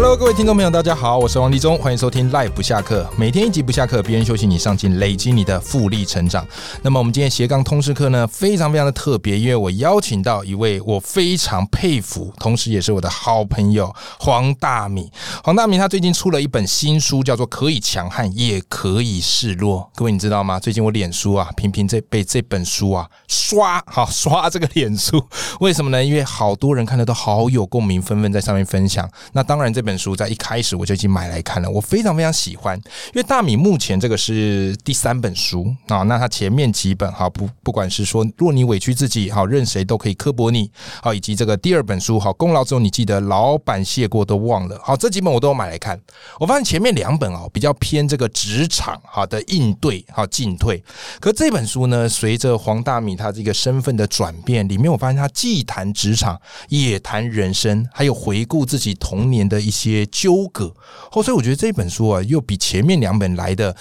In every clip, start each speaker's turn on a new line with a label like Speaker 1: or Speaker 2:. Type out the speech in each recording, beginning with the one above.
Speaker 1: Hello，各位听众朋友，大家好，我是王立忠，欢迎收听 Live 不下课，每天一集不下课，别人休息你上进，累积你的复利成长。那么我们今天斜杠通识课呢，非常非常的特别，因为我邀请到一位我非常佩服，同时也是我的好朋友黄大米。黄大米他最近出了一本新书，叫做《可以强悍，也可以示弱》。各位你知道吗？最近我脸书啊，频频这被这本书啊刷，好刷这个脸书，为什么呢？因为好多人看了都好有共鸣，纷纷在上面分享。那当然，这本书在一开始我就已经买来看了，我非常非常喜欢。因为大米目前这个是第三本书啊，那他前面几本哈不不管是说若你委屈自己，好任谁都可以刻薄你，好以及这个第二本书好功劳只有你记得，老板谢过都忘了，好这几本我都有买来看。我发现前面两本哦比较偏这个职场哈的应对好进退，可这本书呢，随着黄大米他这个身份的转变，里面我发现他既谈职场，也谈人生，还有回顾自己童年的一些纠葛。哦，所以我觉得这本书啊，又比前面两本来的。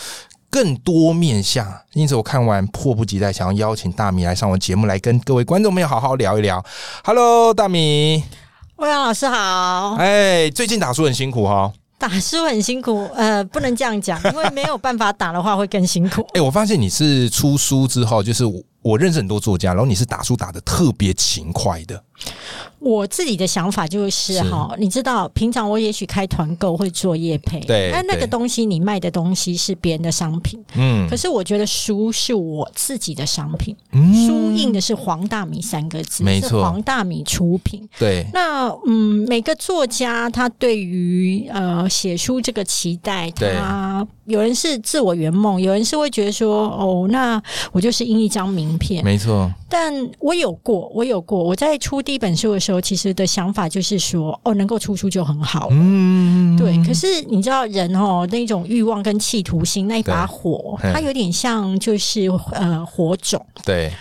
Speaker 1: 更多面向，因此我看完迫不及待，想要邀请大米来上我节目，来跟各位观众朋友好好聊一聊。Hello，大米，
Speaker 2: 欧阳老师好，
Speaker 1: 哎，最近打书很辛苦哈、哦。。
Speaker 2: 打书很辛苦，呃，不能这样讲，因为没有办法打的话会更辛苦
Speaker 1: 哎、我发现你是出书之后，就是我我认识很多作家，然后你是打书打的特别勤快的，
Speaker 2: 我自己的想法就是是哈，你知道，平常我也许开团购会做业配，
Speaker 1: 对
Speaker 2: 但那
Speaker 1: 对
Speaker 2: 个东西你卖的东西是别人的商品，
Speaker 1: 嗯
Speaker 2: 可是我觉得书是我自己的商品，
Speaker 1: 嗯，
Speaker 2: 书印的是黄大米三个字，
Speaker 1: 没
Speaker 2: 是
Speaker 1: 错
Speaker 2: 黄大米出品，
Speaker 1: 对，
Speaker 2: 那嗯，每个作家他对于呃写书这个期待，
Speaker 1: 对
Speaker 2: 他有人是自我圆梦，有人是会觉得说，哦，那我就是印一张名片。
Speaker 1: 没错，
Speaker 2: 但我有过，我有过，我在出第一本书的时候，其实的想法就是说，哦，能够出书就很好。
Speaker 1: 嗯，
Speaker 2: 对，可是你知道人哦，那种欲望跟企图心那一把
Speaker 1: 对
Speaker 2: 火，
Speaker 1: 嗯
Speaker 2: 它有点像就是呃火种。
Speaker 1: 对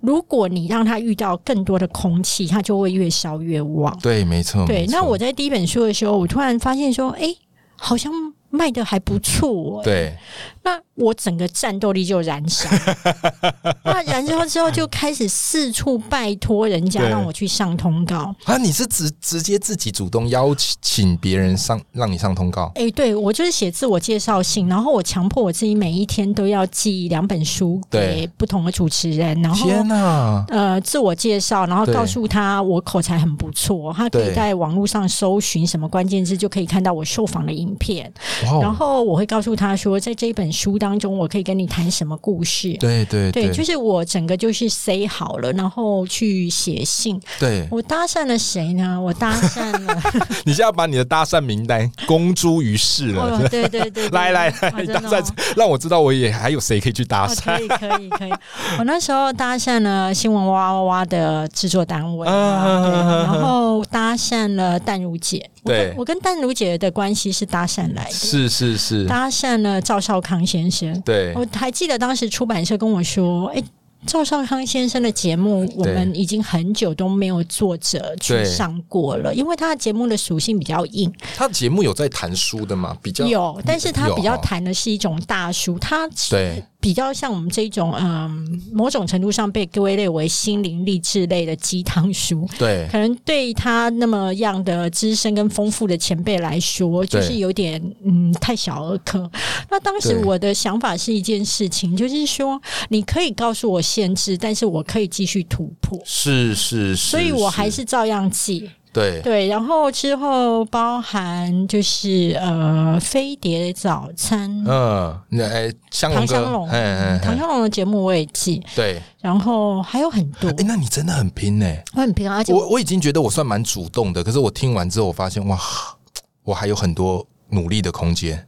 Speaker 2: 如果你让它遇到更多的空气，它就会越烧越旺。
Speaker 1: 对，没错，
Speaker 2: 对
Speaker 1: 哦没，错
Speaker 2: 那我在第一本书的时候，我突然发现说，哎、好像卖的还不错、诶
Speaker 1: 对
Speaker 2: 那我整个战斗力就燃 烧。那燃烧之后，就开始四处拜托人家
Speaker 1: 对
Speaker 2: 让我去上通告。
Speaker 1: 啊，你是直直接自己主动邀请请别人上让你上通告，
Speaker 2: 哎、对我就是写自我介绍信，然后我强迫我自己每一天都要寄两本书
Speaker 1: 对
Speaker 2: 给不同的主持人，然后。
Speaker 1: 天哪、
Speaker 2: 呃，自我介绍，然后
Speaker 1: 对
Speaker 2: 告诉他我口才很不错，他可以
Speaker 1: 对
Speaker 2: 在网络上搜寻什么关键字，就可以看到我受访的影片。
Speaker 1: 哇
Speaker 2: 然
Speaker 1: 哦，
Speaker 2: 后我会告诉他说，在这一本书当中，我可以跟你谈什么故事。
Speaker 1: 对对
Speaker 2: 对，
Speaker 1: 对，
Speaker 2: 就是我整个就是 say 好了，然后去写信。
Speaker 1: 对，
Speaker 2: 我搭讪了谁呢？我搭讪 了，
Speaker 1: 你现在把你的搭讪名单公诸于世了。
Speaker 2: 哦，对对对，
Speaker 1: 来来来，
Speaker 2: 对
Speaker 1: 你
Speaker 2: 哦
Speaker 1: 搭
Speaker 2: 真的哦
Speaker 1: 讪，让我知道我也还有谁可以去搭
Speaker 2: 哦，
Speaker 1: 讪。
Speaker 2: 可以可以可以，我那时候搭讪了新闻哇哇哇的制作单位啊，对
Speaker 1: 啊
Speaker 2: 然后搭讪了淡如姐，我跟
Speaker 1: 对
Speaker 2: 我跟淡如姐的关系是搭讪来的，
Speaker 1: 是是是，
Speaker 2: 搭讪了赵少康先生，
Speaker 1: 对
Speaker 2: 我还记得当时出版社跟我说，哎、赵少康先生的节目，我们已经很久都没有作者去上过了，因为他的节目的属性比较硬，
Speaker 1: 他节目有在谈书的嘛？比较
Speaker 2: 有，但是他
Speaker 1: 有
Speaker 2: 比较
Speaker 1: 哦
Speaker 2: 谈的是一种大书，他
Speaker 1: 对
Speaker 2: 比较像我们这种，嗯，某种程度上被归类为心灵励志类的鸡汤书。
Speaker 1: 对
Speaker 2: 可能对他那么样的资深跟丰富的前辈来说，
Speaker 1: 对
Speaker 2: 就是有点嗯太小儿科。那当时
Speaker 1: 对
Speaker 2: 我的想法是一件事情，就是说你可以告诉我限制，但是我可以继续突破。
Speaker 1: 是是是，
Speaker 2: 所以我还是照样记，
Speaker 1: 对
Speaker 2: 对，然后之后包含就是呃飞碟早餐，
Speaker 1: 嗯，那哎，香龙
Speaker 2: 唐
Speaker 1: 哥
Speaker 2: 香龙，
Speaker 1: 嗯
Speaker 2: 唐香龙的节目我也记，
Speaker 1: 对，
Speaker 2: 然后还有很多，
Speaker 1: 哎，那你真的很拼呢。
Speaker 2: 我很平常，而且
Speaker 1: 我我已经觉得我算蛮主动的，可是我听完之后，我发现哇，我还有很多努力的空间。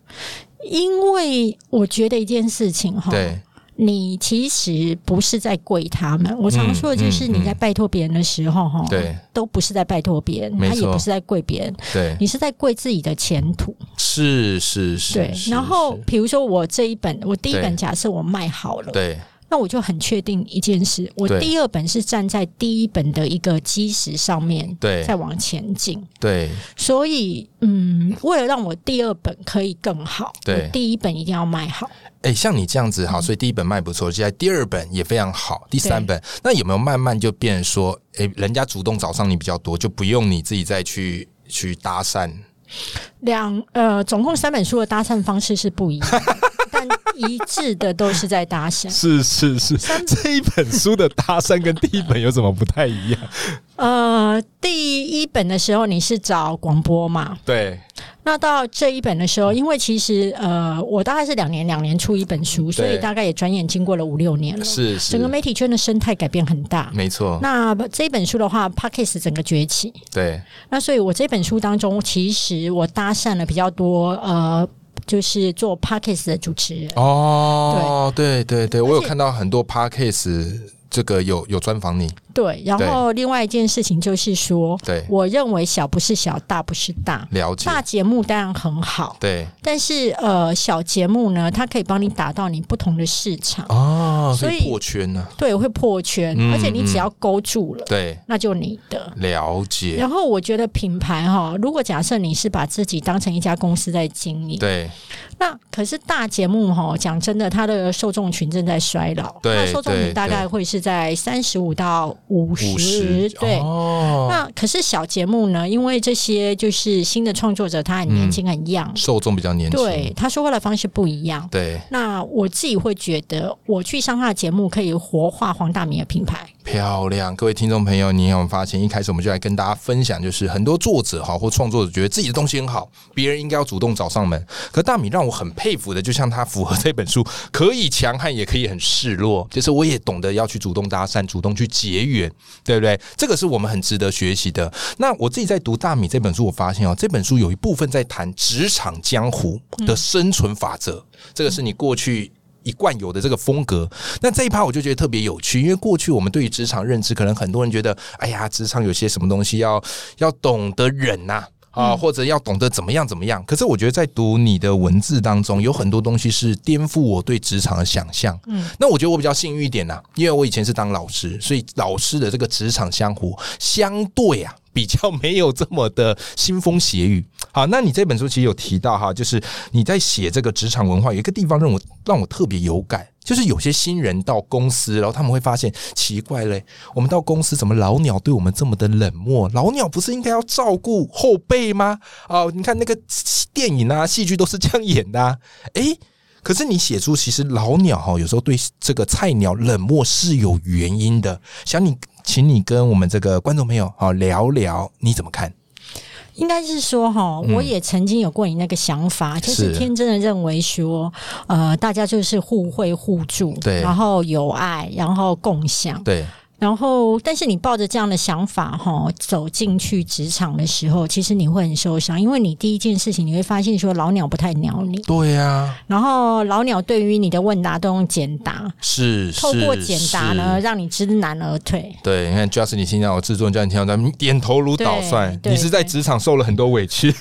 Speaker 2: 因为我觉得一件事情哈，
Speaker 1: 对
Speaker 2: 你其实不是在跪他们。我常说的就是
Speaker 1: 嗯嗯
Speaker 2: 你在拜托别人的时候，哈、
Speaker 1: 嗯对
Speaker 2: 都不是在拜托别人，
Speaker 1: 没
Speaker 2: 他
Speaker 1: 错
Speaker 2: 也不是在跪别人，
Speaker 1: 对，
Speaker 2: 你是在跪自己的前途。
Speaker 1: 是是是，
Speaker 2: 对，
Speaker 1: 是
Speaker 2: 然后
Speaker 1: 是
Speaker 2: 比如说我这一本，我第一
Speaker 1: 对
Speaker 2: 本假设我卖好了，
Speaker 1: 对
Speaker 2: 那我就很确定一件事：我
Speaker 1: 对
Speaker 2: 第二本是站在第一本的一个基石上面，
Speaker 1: 对
Speaker 2: 再往前进。
Speaker 1: 对
Speaker 2: 所以，嗯，为了让我第二本可以更好，
Speaker 1: 对
Speaker 2: 我第一本一定要卖好。
Speaker 1: 哎，像你这样
Speaker 2: 嗯
Speaker 1: 子好，所以第一本卖不错，现在第二本也非常好，第三本那有没有慢慢就变成说，哎，人家主动找上你比较多，就不用你自己再去去搭讪？
Speaker 2: 两呃，总共三本书的搭讪方式是不一样的，但一致的都是在搭讪。
Speaker 1: 是是是，这一本书的搭讪跟第一本有什么不太一样？
Speaker 2: 呃，第一本的时候你是找广播嘛？
Speaker 1: 对
Speaker 2: 那到这一本的时候，因为其实呃，我大概是两年两年出一本书，所以大概也转眼经过了五六年了。
Speaker 1: 是嗯是
Speaker 2: 整个媒体圈的生态改变很大。
Speaker 1: 没错，
Speaker 2: 那这本书的话 p a c k e s 整个崛起。
Speaker 1: 对
Speaker 2: 那所以我这本书当中，其实我搭讪了比较多呃，就是做 p a c k e s 的主持人。
Speaker 1: 哦，对对对，我有
Speaker 2: 而且
Speaker 1: 看到很多 podcast 这个有有专访你，
Speaker 2: 对，然
Speaker 1: 对
Speaker 2: 后另外一件事情就是说，
Speaker 1: 对
Speaker 2: 我认为小不是小，大不是大。
Speaker 1: 了解，
Speaker 2: 大节目当然很好，
Speaker 1: 对
Speaker 2: 但是呃，小节目呢，它可以帮你打到你不同的市场，
Speaker 1: 哦，
Speaker 2: 所
Speaker 1: 所
Speaker 2: 以
Speaker 1: 以破圈呢、
Speaker 2: 对，会破圈，
Speaker 1: 嗯
Speaker 2: 而且你只要勾住了，
Speaker 1: 对，
Speaker 2: 那就你的。
Speaker 1: 了解，
Speaker 2: 然后我觉得品牌哈，如果假设你是把自己当成一家公司在经营，
Speaker 1: 对
Speaker 2: 那可是大节目哈，讲真的，它的受众群正在衰老，
Speaker 1: 对
Speaker 2: 那受众
Speaker 1: 对
Speaker 2: 群大概会是在三十五到五
Speaker 1: 五十
Speaker 2: 十，对，
Speaker 1: 哦，
Speaker 2: 那可是小节目呢，因为这些就是新的创作者，他很年轻、很 young，
Speaker 1: 受众比较嗯年轻，
Speaker 2: 对他说话的方式不一样。
Speaker 1: 对，
Speaker 2: 那我自己会觉得，我去上他的节目可以活化黄大米的品牌。
Speaker 1: 漂亮！各位听众朋友，你有没有发现，一开始我们就来跟大家分享，就是很多作者哈或创作者觉得自己的东西很好，别人应该要主动找上门。可大米让我很佩服的，就像他符合这本书，可以强悍，也可以很示弱，就是我也懂得要去主动搭讪，主动去结缘，对不对？这个是我们很值得学习的。那我自己在读《大米》这本书，我发现哦，这本书有一部分在谈职场江湖的生存法则，这个是你过去一贯有的这个风格。那这一趴我就觉得特别有趣，因为过去我们对于职场认知，可能很多人觉得，哎呀，职场有些什么东西要要懂得忍呐、啊。或者要懂得怎么样怎么样。可是我觉得在读你的文字当中，有很多东西是颠覆我对职场的想象。嗯，那我觉得我比较幸运一点呐、啊因为我以前是当老师，所以老师的这个职场江湖相对啊比较没有这么的腥风血雨。好，那你这本书其实有提到哈，就是你在写这个职场文化，有一个地方让我让我特别有感，就是有些新人到公司，然后他们会发现奇怪嘞，我们到公司怎么老鸟对我们这么的冷漠？老鸟不是应该要照顾后辈吗？啊、你看那个电影啊、戏剧都是这样演的、啊，诶。可是你写出，其实老鸟哈有时候对这个菜鸟冷漠是有原因的。想你，请你跟我们这个观众朋友好聊聊，你怎么看？
Speaker 2: 应该是说哈，我也曾经有过你那个想法，就是
Speaker 1: 嗯是
Speaker 2: 天真的认为说，呃，大家就是互惠互助，
Speaker 1: 对
Speaker 2: 然后友爱，然后共享。
Speaker 1: 对
Speaker 2: 然后，但是你抱着这样的想法哈、走进去职场的时候，其实你会很受伤，因为你第一件事情你会发现说老鸟不太鸟你，
Speaker 1: 对呀、啊，
Speaker 2: 然后老鸟对于你的问答都用简答，
Speaker 1: 是
Speaker 2: 透过简答呢，。让你知难而退。
Speaker 1: 对，你看，Justin，你现在我制作人叫你听到，咱们点头如捣蒜。
Speaker 2: 对对
Speaker 1: 你是在职场受了很多委屈，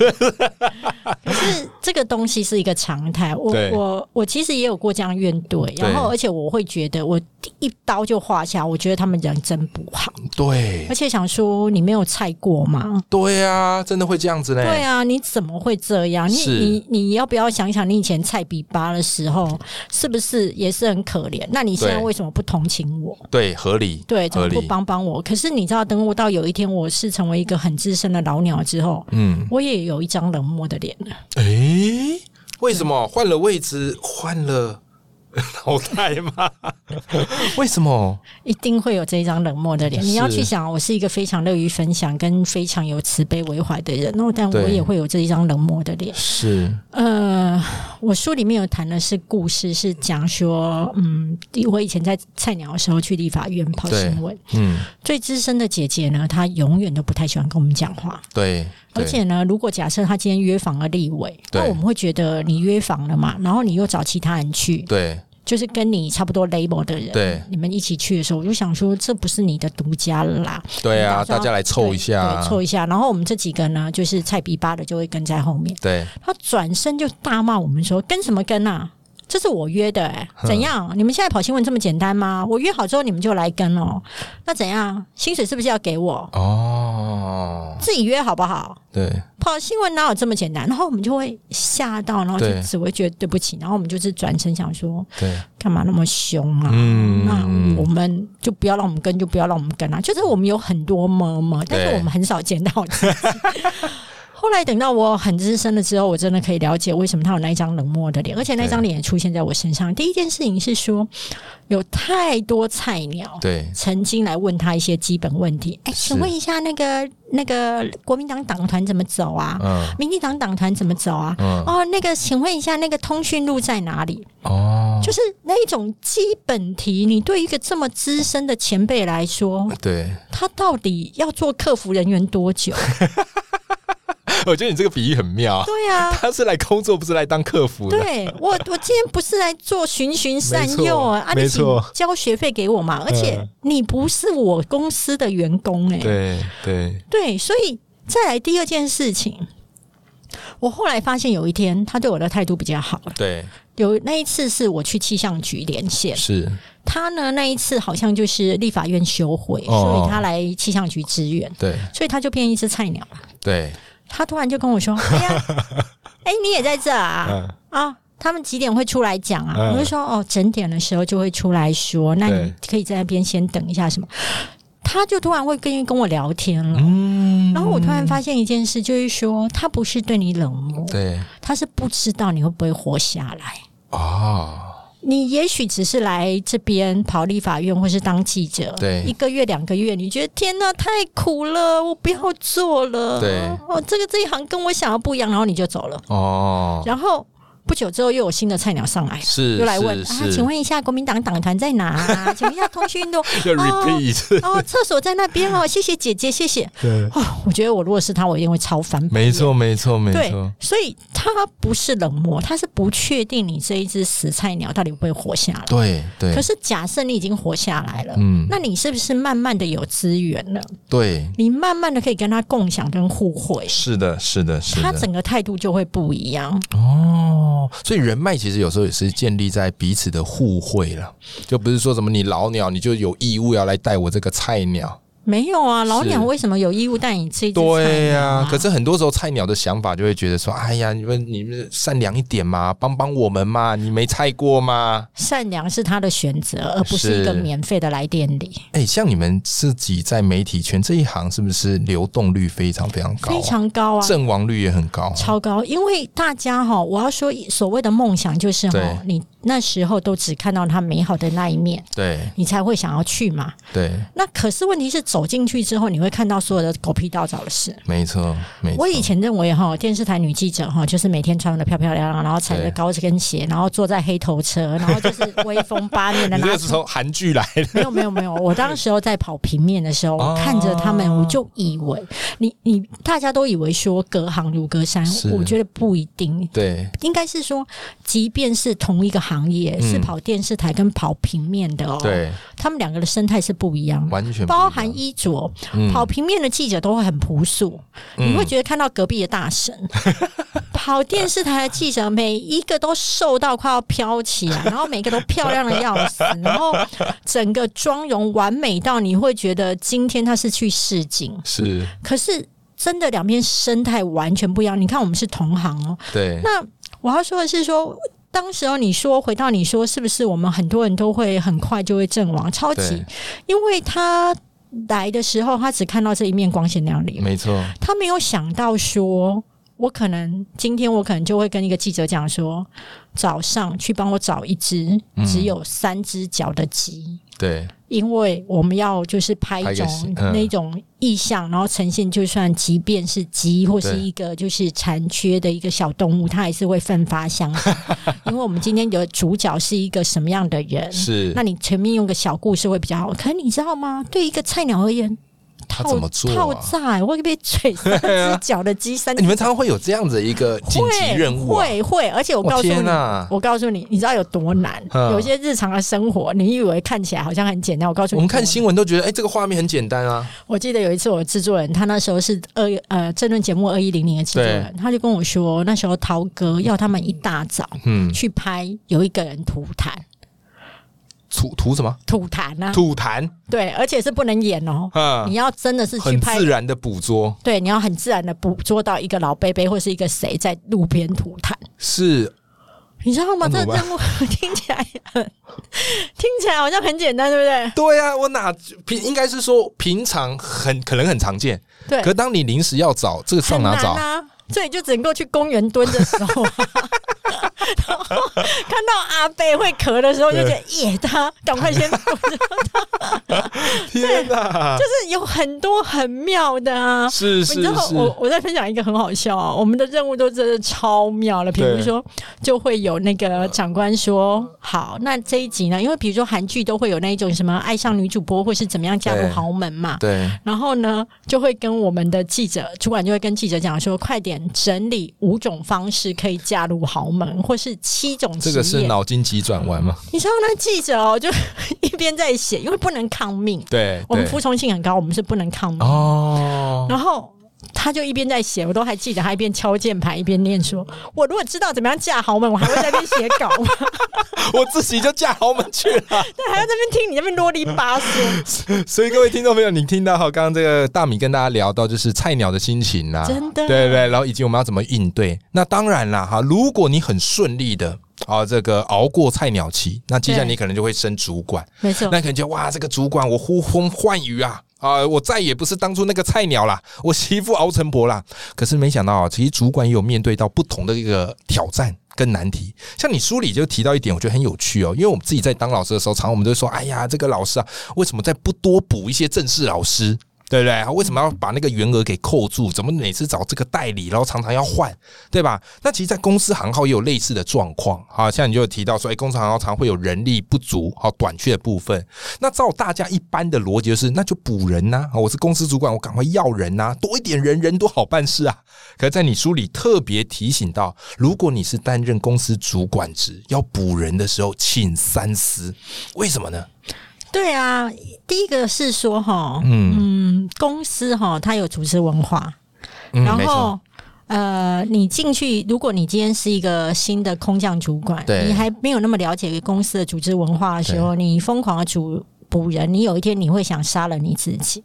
Speaker 2: 这个东西是一个常态。我
Speaker 1: 对
Speaker 2: 我我其实也有过这样怨怼，然后而且我会觉得我一刀就划下，我觉得他们人真不好，
Speaker 1: 对
Speaker 2: 而且想说你没有菜过吗？
Speaker 1: 对呀、啊，真的会这样子呢。
Speaker 2: 对啊，你怎么会这样？你
Speaker 1: 是
Speaker 2: 你你要不要想想，你以前菜比巴的时候，是不是也是很可怜？那你现在
Speaker 1: 对
Speaker 2: 为什么不同情我？
Speaker 1: 对合理，
Speaker 2: 对，怎
Speaker 1: 合
Speaker 2: 么不
Speaker 1: 理，
Speaker 2: 帮帮我？可是你知道，等我到有一天我是成为一个很资深的老鸟之后，
Speaker 1: 嗯，
Speaker 2: 我也有一张冷漠的脸。哎
Speaker 1: 诶，为什么换了位置，换了脑袋 吗？为什么？
Speaker 2: 一定会有这一张冷漠的脸。
Speaker 1: 是
Speaker 2: 你要去想，我是一个非常乐于分享跟非常有慈悲为怀的人，哦，但我
Speaker 1: 对
Speaker 2: 也会有这一张冷漠的脸。
Speaker 1: 是
Speaker 2: 呃，我书里面有谈的是故事，是讲说，嗯，我以前在菜鸟的时候去立法院跑
Speaker 1: 对
Speaker 2: 新闻，
Speaker 1: 嗯，
Speaker 2: 最资深的姐姐呢，她永远都不太喜欢跟我们讲话。
Speaker 1: 对，
Speaker 2: 而
Speaker 1: 对
Speaker 2: 且呢，如果假设她今天约访了立委，
Speaker 1: 对
Speaker 2: 那我们会觉得你约访了嘛，然后你又找其他人去，
Speaker 1: 对
Speaker 2: 就是跟你差不多 label 的人，
Speaker 1: 对
Speaker 2: 你们一起去的时候，我就想说，这不是你的独家啦，
Speaker 1: 对啊，
Speaker 2: 你打算
Speaker 1: 大家来凑一下
Speaker 2: 对，对
Speaker 1: 啊，
Speaker 2: 凑一下。然后我们这几个呢，就是菜比巴的就会跟在后面。
Speaker 1: 对，
Speaker 2: 他转身就大骂我们说：“跟什么跟啊？这是我约的、欸，怎样？你们现在跑新闻这么简单吗？我约好之后你们就来跟哦，那怎样？薪水是不是要给我？
Speaker 1: 哦，
Speaker 2: 自己约好不好？
Speaker 1: 对，
Speaker 2: 跑新闻哪有这么简单？然后我们就会吓到，然后就只会觉得对不起，然后我们就是转身想说，
Speaker 1: 对，
Speaker 2: 干嘛那么凶啊？嗯，那我们就不要让我们跟，就不要让我们跟啊。就是我们有很多么么，但是我们很少见到自己。 后来等到我很资深了之后，我真的可以了解为什么他有那一张冷漠的脸，而且那张脸也出现在我身上。第一件事情是说，有太多菜鸟
Speaker 1: 对
Speaker 2: 曾经来问他一些基本问题。哎，请问一下，那个那个国民党党团怎么走啊？嗯，民进党党团怎么走啊？嗯，哦，那个请问一下，那个通讯录在哪里？
Speaker 1: 哦，
Speaker 2: 就是那一种基本题，你对一个这么资深的前辈来说，
Speaker 1: 对
Speaker 2: 他到底要做客服人员多久？啊
Speaker 1: 我觉得你这个比喻很妙。
Speaker 2: 对啊，
Speaker 1: 他是来工作，不是来当客服
Speaker 2: 的。对我，我今天不是来做循循善诱啊，啊，
Speaker 1: 没错，嗯
Speaker 2: 交学费给我嘛。而且你不是我公司的员工哎、欸。
Speaker 1: 对对
Speaker 2: 对，所以再来第二件事情，我后来发现有一天他对我的态度比较好了。
Speaker 1: 对，
Speaker 2: 有那一次是我去气象局连线，
Speaker 1: 是
Speaker 2: 他呢那一次好像就是立法院休会，哦、所以他来气象局支援。
Speaker 1: 对，
Speaker 2: 所以他就变一只菜鸟。
Speaker 1: 对。
Speaker 2: 他突然就跟我 说：“哎呀，哎欸，你也在这啊？嗯、啊，他们几点会出来讲啊？”嗯、我就说：“哦，整点的时候就会出来说，那你可以在那边先等一下什么。”他就突然会跟跟我聊天了，嗯，然后我突然发现一件事，就是说他不是对你冷漠，
Speaker 1: 对，
Speaker 2: 他是不知道你会不会活下来
Speaker 1: 哦。
Speaker 2: 你也许只是来这边跑立法院，或是当记者，
Speaker 1: 对，
Speaker 2: 一个月两个月，你觉得天哪，太苦了，我不要做了，
Speaker 1: 对，
Speaker 2: 哦，这个这一行跟我想要不一样，然后你就走了，
Speaker 1: 哦，
Speaker 2: 然后不久之后又有新的菜鸟上来，
Speaker 1: 是，
Speaker 2: 又来问啊，请问一下国民党党团在哪、 啊？请问一下通讯录，
Speaker 1: 要 repeat，
Speaker 2: 哦，厕、哦、所在那边哦，谢谢姐姐，谢谢，对，哦，我觉得我如果是他，我一定会超烦，
Speaker 1: 没错，没错，没错，
Speaker 2: 所以。他不是冷漠，他是不确定你这一只死菜鸟到底会不会活下来。
Speaker 1: 对对。
Speaker 2: 可是假设你已经活下来了，嗯，那你是不是慢慢的有资源了？
Speaker 1: 嗯对，
Speaker 2: 你慢慢的可以跟他共享跟互惠。
Speaker 1: 是的，是的，是的。
Speaker 2: 他整个态度就会不一样。
Speaker 1: 哦，所以人脉其实有时候也是建立在彼此的互惠了，就不是说什么你老鸟你就有义务要来带我这个菜鸟。
Speaker 2: 没有啊，老鸟为什么有义务带你这、啊？
Speaker 1: 对呀、啊，可是很多时候菜鸟的想法就会觉得说：“哎呀，你们你们善良一点嘛，帮帮我们嘛，你没菜过吗？”
Speaker 2: 善良是他的选择，而不是一个免费的来店里。
Speaker 1: 哎、欸，像你们自己在媒体圈这一行，是不是流动率非常非常高、啊？
Speaker 2: 非常高啊，
Speaker 1: 阵亡率也很高，
Speaker 2: 超高。因为大家哈，我要说所谓的梦想就是哈，你那时候都只看到他美好的那一面，
Speaker 1: 对
Speaker 2: 你才会想要去嘛。
Speaker 1: 对，
Speaker 2: 那可是问题是。走进去之后，你会看到所有的狗屁倒灶的事。
Speaker 1: 没错，没错。
Speaker 2: 我以前认为哈，电视台女记者哈，就是每天穿的漂漂亮亮，然后踩着高跟鞋，然后坐在黑头车，然后就是威风八面 的。
Speaker 1: 那是从韩剧 来的？
Speaker 2: 没有，没有，没有。我当时候在跑平面的时候，我看着他们，我就以为哦你你大家都以为说隔行如隔山，我觉得不一定。
Speaker 1: 对，
Speaker 2: 应该是说，即便是同一个行业，是跑电视台跟跑平面的哦，
Speaker 1: 嗯对，
Speaker 2: 他们两个的生态是不一样，
Speaker 1: 完全
Speaker 2: 包含一。衣着
Speaker 1: 嗯
Speaker 2: 跑平面的记者都会很朴素，嗯、你会觉得看到隔壁的大神。嗯、跑电视台的记者每一个都瘦到快要飘起来，然后每个都漂亮的要死，然后整个妆容完美到你会觉得今天他是去试镜。
Speaker 1: 是，
Speaker 2: 可是真的两边生态完全不一样。你看我们是同行哦，
Speaker 1: 对。
Speaker 2: 那我要说的是说。当时候你说回到你说是不是我们很多人都会很快就会阵亡？超级，因为他。来的时候，他只看到这一面光鲜亮丽，
Speaker 1: 没错。
Speaker 2: 他没有想到说，我可能今天我可能就会跟一个记者讲说，早上去帮我找一只只有三只脚的鸡、嗯，
Speaker 1: 对，
Speaker 2: 因为我们要就是拍一种、嗯、那种意象，然后呈现，就算即便是鸡或是一个就是残缺的一个小动物，它还是会奋发向 上，因为我们今天的主角是一个什么样的人？
Speaker 1: 是，
Speaker 2: 那你前面用个小故事会比较好。可你知道吗？对一个菜鸟而言。
Speaker 1: 他
Speaker 2: 套
Speaker 1: 怎么做啊
Speaker 2: 套炸，我会被锤三只脚的鸡，三
Speaker 1: 欸 你们常常会有这样子一个紧急任务啊？
Speaker 2: 会会，而且我
Speaker 1: 哇
Speaker 2: 告诉
Speaker 1: 天
Speaker 2: 你
Speaker 1: 哪，
Speaker 2: 我告诉你，你知道有多难？
Speaker 1: 嗯
Speaker 2: 有些日常的生活，你以为看起来好像很简单，我告诉你，
Speaker 1: 我们看新闻都觉得，哎、这个画面很简单啊。
Speaker 2: 我记得有一次，我制作人他那时候是二呃政论节目二一零零的制作人，他就跟我说，那时候涛哥要他们一大早
Speaker 1: 嗯，
Speaker 2: 去拍有一个人吐痰，
Speaker 1: 吐吐什么？
Speaker 2: 吐痰啊，
Speaker 1: 吐痰，
Speaker 2: 对，而且是不能演哦，
Speaker 1: 嗯
Speaker 2: 你，要真的是去
Speaker 1: 很
Speaker 2: 拍
Speaker 1: 自。然的捕捉，
Speaker 2: 对，你要很自然的捕捉到一个老贝贝或是一个谁在路边吐痰，
Speaker 1: 是
Speaker 2: 你知道吗？
Speaker 1: 那
Speaker 2: 这
Speaker 1: 怎么办
Speaker 2: 个任务 听起来很听起来好像很简单，对不对？
Speaker 1: 对啊，我哪平应该是说平常很可能很常见，
Speaker 2: 对，
Speaker 1: 可当你临时要找这个上
Speaker 2: 很
Speaker 1: 哪
Speaker 2: 难
Speaker 1: 找？
Speaker 2: 啊？所以就只能够去公园蹲的时 候、啊，然后看到阿贝会咳的时候，就觉得耶，他赶快先，就
Speaker 1: 天哪！
Speaker 2: 是有很多很妙的啊。
Speaker 1: 是是
Speaker 2: 你知道我
Speaker 1: 是，
Speaker 2: 我再分享一个很好笑啊，我们的任务都真的超妙了。比如
Speaker 1: 对
Speaker 2: 说，就会有那个长官说：“好，那这一集呢？因为比如说韩剧都会有那一种什么爱上女主播，或是怎么样嫁入
Speaker 1: 对
Speaker 2: 豪门嘛。
Speaker 1: 对，
Speaker 2: 然后呢，就会跟我们的记者主管就会跟记者讲说，快点整理五种方式可以嫁入豪门，或是七种
Speaker 1: 这
Speaker 2: 职业。
Speaker 1: 个是脑筋急转弯嘛？
Speaker 2: 你知道那记者哦，就 一边在写，因为不能抗命，
Speaker 1: 对，
Speaker 2: 我们
Speaker 1: 对
Speaker 2: 服从性很高，我们是不能抗命。
Speaker 1: 哦，
Speaker 2: 然后他就一边在写，我都还记得他一边敲键盘一边念说：“我如果知道怎么样嫁豪门，我还会在那边写 稿吗？
Speaker 1: 我自己就嫁豪门去了。
Speaker 2: 对，还要在那边听你那边啰里吧 嗦，
Speaker 1: 所以各位听众朋友，你听到哈，刚刚这个大米跟大家聊到就是菜鸟的心情啊啦、
Speaker 2: 真
Speaker 1: 对
Speaker 2: 的
Speaker 1: 对对，然后以及我们要怎么应对。那当然啦，哈，如果你很顺利的啊，这个熬过菜鸟期，那接下来
Speaker 2: 对
Speaker 1: 你可能就会升主管，
Speaker 2: 没错
Speaker 1: 那，可能就哇，这个主管我呼风唤雨啊。啊、我再也不是当初那个菜鸟啦，我媳妇熬成婆啦。可是没想到啊，其实主管也有面对到不同的一个挑战跟难题。像你书里就提到一点，我觉得很有趣哦，因为我们自己在当老师的时候，常常我们都会说，哎呀，这个老师啊，为什么再不多补一些正式老师？对不对？啊为什么要把那个员额给扣住？怎么每次找这个代理，然后常常要换，对吧？那其实，在公司行号也有类似的状况。好，像你就有提到说，哎，公司行号常会有人力不足、好短缺的部分。那照大家一般的逻辑就是，那就补人呐、啊！我是公司主管，我赶快要人呐、多一点人，人多好办事啊。可是在你书里特别提醒到，如果你是担任公司主管职，要补人的时候，请三思。为什么呢？
Speaker 2: 对啊。第一个是说哈，
Speaker 1: 嗯
Speaker 2: 嗯，公司哈，它有组织文化，
Speaker 1: 嗯，
Speaker 2: 然
Speaker 1: 没错
Speaker 2: 后。呃，你进去，如果你今天是一个新的空降主管，
Speaker 1: 对
Speaker 2: 你还没有那么了解公司的组织文化的时候，你疯狂的主补人，你有一天你会想杀了你自己，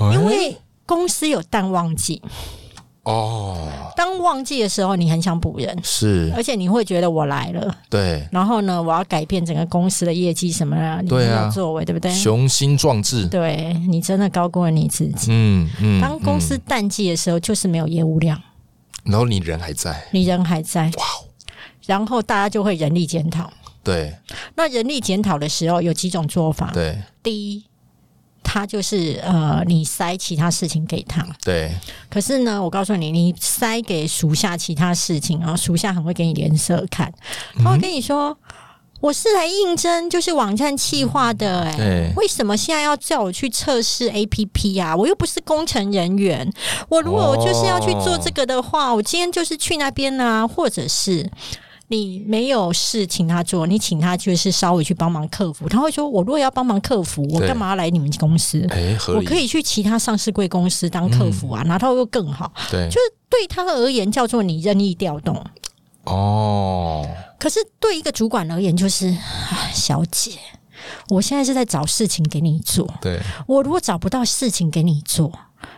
Speaker 2: 因
Speaker 1: 哎
Speaker 2: 为公司有淡旺季，
Speaker 1: 哦，
Speaker 2: 当旺季的时候，你很想补人，
Speaker 1: 是
Speaker 2: 而且你会觉得我来了，
Speaker 1: 对，
Speaker 2: 然后呢，我要改变整个公司的业绩什么的，你没
Speaker 1: 对啊
Speaker 2: 有作为，对不对？
Speaker 1: 雄心壮志。
Speaker 2: 对你真的高估了你自己。
Speaker 1: 嗯嗯
Speaker 2: 当公司
Speaker 1: 嗯
Speaker 2: 淡季的时候，就是没有业务量。
Speaker 1: 然后你人还在，
Speaker 2: 你人还在，
Speaker 1: 哇哦，
Speaker 2: 然后大家就会人力检讨。
Speaker 1: 对
Speaker 2: 那人力检讨的时候有几种做法？
Speaker 1: 对
Speaker 2: 第一，他就是呃，你塞其他事情给他。
Speaker 1: 对，
Speaker 2: 可是呢，我告诉你，你塞给属下其他事情，然后属下很会给你脸色看，
Speaker 1: 嗯
Speaker 2: 他会跟你说。我是来应征，就是网站企划的、欸，
Speaker 1: 对
Speaker 2: 为什么现在要叫我去测试 APP 呀、我又不是工程人员，我如果就是要去做这个的话，我今天就是去那边啊，或者是你没有事请他做，你请他就是稍微去帮忙客服，他会说，我如果要帮忙客服，我
Speaker 1: 对
Speaker 2: 干嘛要来你们公司？
Speaker 1: 哎，合
Speaker 2: 我
Speaker 1: 理，
Speaker 2: 可以去其他上市贵公司当客服啊，拿到又更好。
Speaker 1: 对，
Speaker 2: 就是对他而言叫做你任意调动，
Speaker 1: 哦，
Speaker 2: 可是对一个主管而言就是，啊小姐，我现在是在找事情给你做，
Speaker 1: 对
Speaker 2: 我如果找不到事情给你做，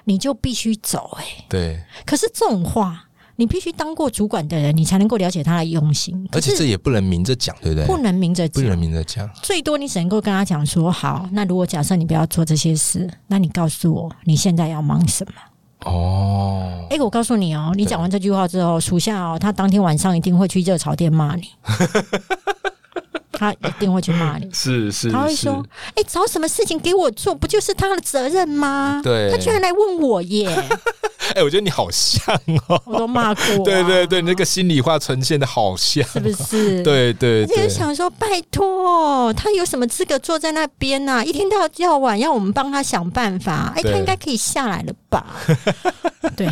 Speaker 2: 你就必须走、欸。
Speaker 1: 对，
Speaker 2: 可是这种话，你必须当过主管的人，你才能够了解他的用心。
Speaker 1: 而且
Speaker 2: 可
Speaker 1: 这
Speaker 2: 是
Speaker 1: 也不能明着讲，对不对？
Speaker 2: 不能明着
Speaker 1: 不能
Speaker 2: 讲，
Speaker 1: 明着讲，
Speaker 2: 最多你只能够跟他讲说，好，那如果假设你不要做这些事，那你告诉我你现在要 忙什么。
Speaker 1: 哦，
Speaker 2: 哎、我告诉你哦，你讲完这句话之后，属下哦，他当天晚上一定会去热炒店骂你， 他一定会去骂你。
Speaker 1: 是是
Speaker 2: 他会说：“哎、找什么事情给我做，不就是他的责任吗？
Speaker 1: 对
Speaker 2: 他居然来问我耶！
Speaker 1: 哎，我觉得你好像哦，
Speaker 2: 我都骂过、啊。
Speaker 1: 对对对，你这个心里话呈现的好像，
Speaker 2: 是不 是？
Speaker 1: 对对,對。
Speaker 2: 而且嗯想说，拜托，他有什么资格坐在那边呢、啊？一天到要晚要我们帮他想办法。哎、欸，他应该可以下来了 吧？对，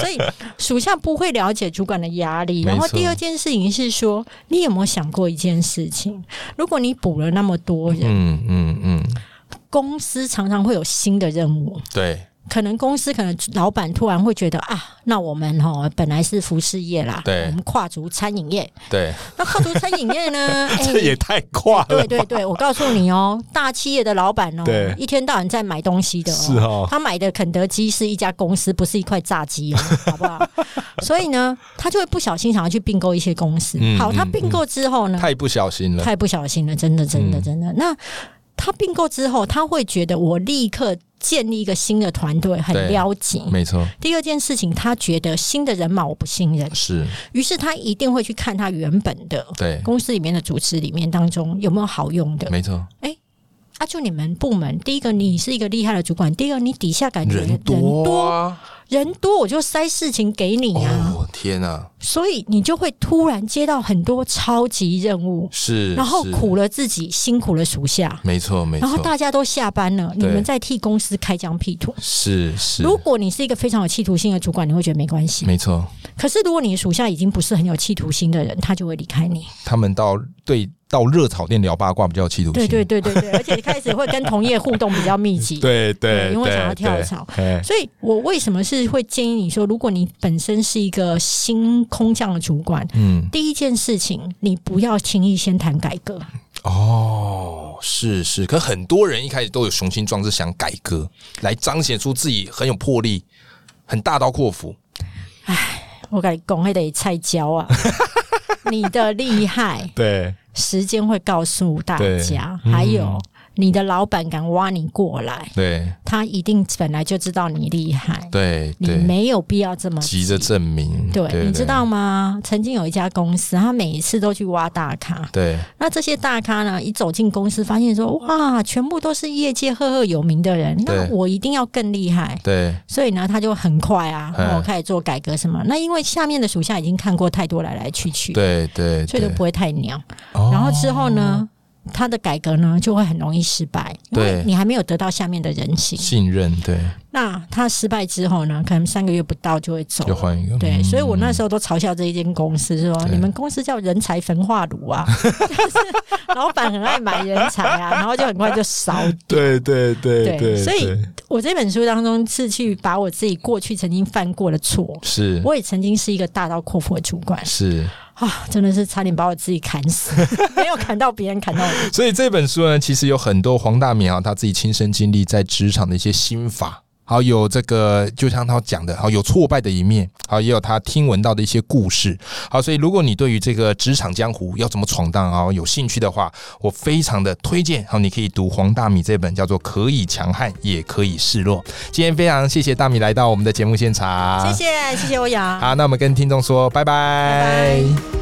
Speaker 2: 所以属下不会了解主管的压力。然后第二件事情是说，你有没有想过一件事情？如果你补了那么多人，嗯嗯嗯，公司常常会有新的任务，
Speaker 1: 对。
Speaker 2: 可能公司可能老板突然会觉得啊，那我们哈本来是服饰业啦，
Speaker 1: 对，
Speaker 2: 我们跨足餐饮业，
Speaker 1: 对，
Speaker 2: 那跨足餐饮 业呢，哎
Speaker 1: 这也太跨了、欸，
Speaker 2: 对对对，我告诉你哦、喔，大企业的老板哦、喔，一天到晚在买东西的、喔，
Speaker 1: 是哦，
Speaker 2: 他买的肯德基是一家公司，不是一块 炸鸡哦，好不好？所以呢，他就会不小心想要去并购一些公司。嗯、好，他并购之后呢、嗯嗯，
Speaker 1: 太不小心了，嗯
Speaker 2: 太不小心了，真的真的真的。那他并购之后，他会觉得我立刻。建立一个新的团队很撩紧，
Speaker 1: 没错。
Speaker 2: 第二件事情，他觉得新的人马我不信任，
Speaker 1: 是，
Speaker 2: 于是他一定会去看他原本的
Speaker 1: 对
Speaker 2: 公司里面的组织里面当中有没有好用的，
Speaker 1: 没错。
Speaker 2: 哎、欸，啊，就你们部门，第一个你是一个厉害的主管，第二你底下感觉
Speaker 1: 人多、啊。
Speaker 2: 人多我就塞事情给你啊！
Speaker 1: 哦天啊！
Speaker 2: 所以你就会突然接到很多超级任务，
Speaker 1: 是，
Speaker 2: 然后苦了自己，辛苦了属下，
Speaker 1: 没错没错。
Speaker 2: 然后大家都下班了，你们在替公司开疆辟土，
Speaker 1: 是是。嗯
Speaker 2: 如果你是一个非常有企图心的主管，你会觉得没关系，
Speaker 1: 没错。
Speaker 2: 可是如果你属下已经不是很有企图心的人，他就会离开你。
Speaker 1: 他们到对。到热炒店聊八卦比较气度，
Speaker 2: 对对对对对，而且开始会跟同业互动比较密 集，
Speaker 1: 对对，
Speaker 2: 因为想要跳槽，所以我为什么是会建议你说，如果你本身是一个新空降的主管，嗯，第一件事情你不要轻易先谈改革。
Speaker 1: 哦，是是，可很多人一开始都有雄心壮志想改革，来彰显出自己很有魄力，很大刀阔斧。
Speaker 2: 唉，我跟你讲，还得菜椒 啊，你的厉害，
Speaker 1: 对。
Speaker 2: 时间会告诉大家，嗯、还有你的老板敢挖你过来，
Speaker 1: 对，
Speaker 2: 他一定本来就知道你厉害，
Speaker 1: 对，
Speaker 2: 你没有必要这么
Speaker 1: 急着证明
Speaker 2: 對。对，你知道吗？曾经有一家公司，他每一次都去挖大咖，
Speaker 1: 对，
Speaker 2: 那这些大咖呢，一走进公司，发现说，哇，全部都是业界赫赫有名的人，那我一定要更厉害，
Speaker 1: 对，
Speaker 2: 所以呢，他就很快啊，我开始做改革什么。那因为下面的属下已经看过太多来来去去，
Speaker 1: 对对，哦
Speaker 2: 所以就不会太娘。然后之后呢，他的改革呢就会很容易失败，因为你还没有得到下面的人心
Speaker 1: 信任。对，
Speaker 2: 那他失败之后呢，可能三个月不到就会走，
Speaker 1: 就换一个。
Speaker 2: 对，所以我那时候都嘲笑这一间公司说：“你们公司叫人才焚化炉啊， 就是老板很爱买人才啊，然后就很快就烧
Speaker 1: 掉。”嗯对对对对，
Speaker 2: 所以我这本书当中是去把我自己过去曾经犯过的错，
Speaker 1: 是
Speaker 2: 我也曾经是一个大刀阔斧的主管，
Speaker 1: 是。
Speaker 2: 啊，真的是差点把我自己砍死，没有砍到别人，砍到我。
Speaker 1: 所以这本书呢，其实有很多黄大明啊他自己亲身经历在职场的一些心法，好有这个就像他讲的，好有挫败的一面，好也有他听闻到的一些故事。好，所以如果你对于这个职场江湖要怎么闯荡啊有兴趣的话，我非常的推荐，好你可以读黄大米这本叫做《可以强悍也可以示弱》。今天非常谢谢大米来到我们的节目现场，
Speaker 2: 谢谢谢谢欧阳。
Speaker 1: 好，那我们跟听众说拜拜。
Speaker 2: 拜拜